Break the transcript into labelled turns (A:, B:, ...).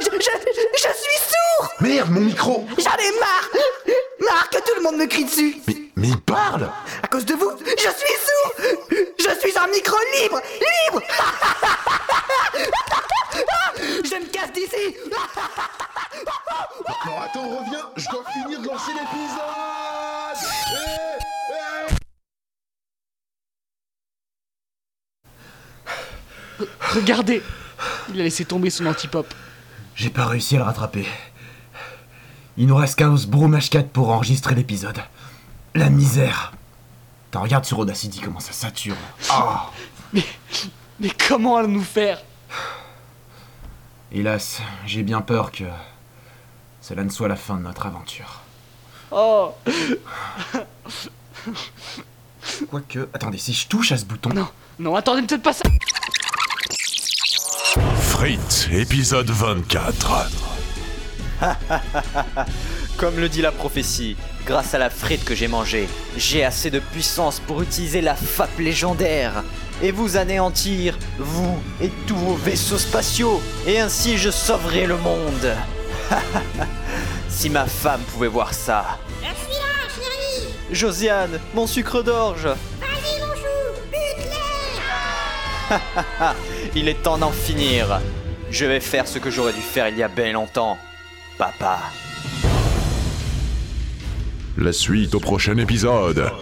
A: Je, je- je suis sourd
B: Merde, mon micro
A: J'en ai marre Marre que tout le monde me crie dessus
B: mais, mais il parle
A: À cause de vous, je suis sourd Je suis un micro libre Libre Je me casse d'ici
B: Alors attends, reviens, je dois finir de lancer l'épisode Eh, eh.
C: Regardez Il a laissé tomber son antipop.
D: J'ai pas réussi à le rattraper. Il nous reste Chaos Broom H4 pour enregistrer l'épisode. La misère. T'en regardes sur Audacity comment ça sature. Ah
C: Mais, mais comment allons-nous faire
D: Hélas, j'ai bien peur que cela ne soit la fin de notre aventure.
C: Oh
D: Quoique, attendez, si je touche à ce bouton,
C: Non, non, attendez peut-être pas ça
E: Frites, épisode 24.
F: Comme le dit la prophétie, grâce à la frite que j'ai mangée, j'ai assez de puissance pour utiliser la FAP légendaire et vous anéantir, vous et tous vos vaisseaux spatiaux, et ainsi je sauverai le monde. si ma femme pouvait voir ça. Josiane, mon sucre d'orge. Il est temps d'en finir. Je vais faire ce que j'aurais dû faire il y a bien longtemps. Papa.
E: La suite au prochain épisode.